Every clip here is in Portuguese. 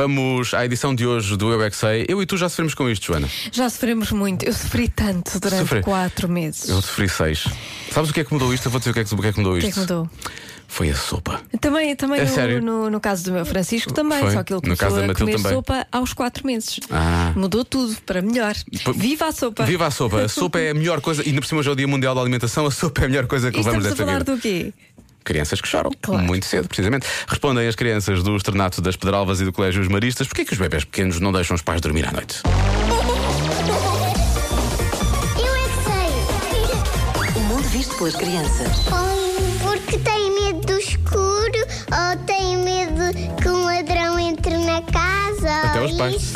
Vamos à edição de hoje do Eu é que Sei. Eu e tu já sofremos com isto, Joana. Já sofremos muito. Eu sofri tanto durante Sofri. quatro meses. Eu sofri seis. Sabes o que é que mudou isto? Eu vou dizer o que é que, o que, é que mudou O que isto. é que mudou? Foi a sopa. Também, também É no- sério? no, no caso do meu Francisco também, Foi. só que ele No começou caso da a Matilde comer também. sopa aos quatro meses. Ah. Mudou tudo para melhor. P- Viva a sopa! Viva a sopa. A sopa é a melhor coisa, e ainda por cima hoje é o Dia Mundial da Alimentação, a sopa é a melhor coisa que E levamos estamos a desta falar vida. do quê? Crianças que choram, Claro. muito cedo, precisamente. Respondem as crianças do Externato das Pedralvas e do Colégio Os Maristas, porquê que os bebés pequenos não deixam os pais dormir à noite? Eu é que sei. O mundo visto pelas crianças. Ou porque tem medo do escuro, ou tem medo que um ladrão entre na casa. Até ou os pais. isso.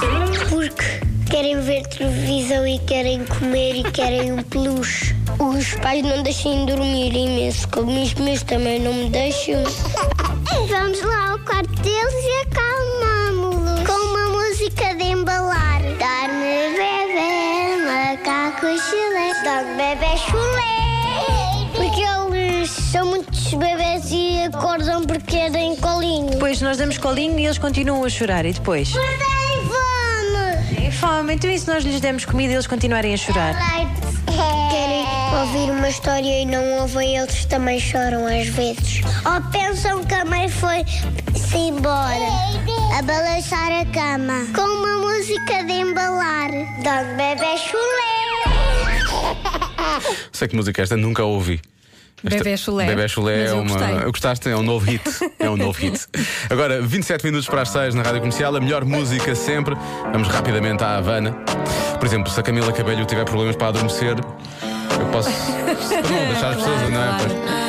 Porque querem ver televisão e querem comer e querem um peluche. Os pais não deixam dormir imenso, como os meus também não me deixam. Vamos lá ao quarto deles e acalmamos-los. Com uma música de embalar. Dorme bebê, macaco chulé. Dorme bebê chulé. Porque eles são muitos bebês e acordam porque é querem colinho. Depois nós damos colinho e eles continuam a chorar. E depois? Mas têm fome. Têm fome. Então e se nós lhes demos comida e eles continuarem a chorar? Querem ouvir uma história e não ouvem, eles também choram às vezes. Ou pensam que a mãe foi-se embora a balançar a cama com uma música de embalar. Dog bebê chulé. Sei que música é esta, nunca a ouvi. Esta- Bebé chulé. Bebé chulé Mas é eu uma. gostei. Eu gostaste? É um novo hit. É um novo hit. Agora, 27 minutos para as 6 na rádio comercial, a melhor música sempre. Vamos rapidamente à Havana. Por exemplo, se a Camila Cabelho tiver problemas para adormecer, eu posso. É bom deixar as pessoas, Claro, não é? claro. Pois.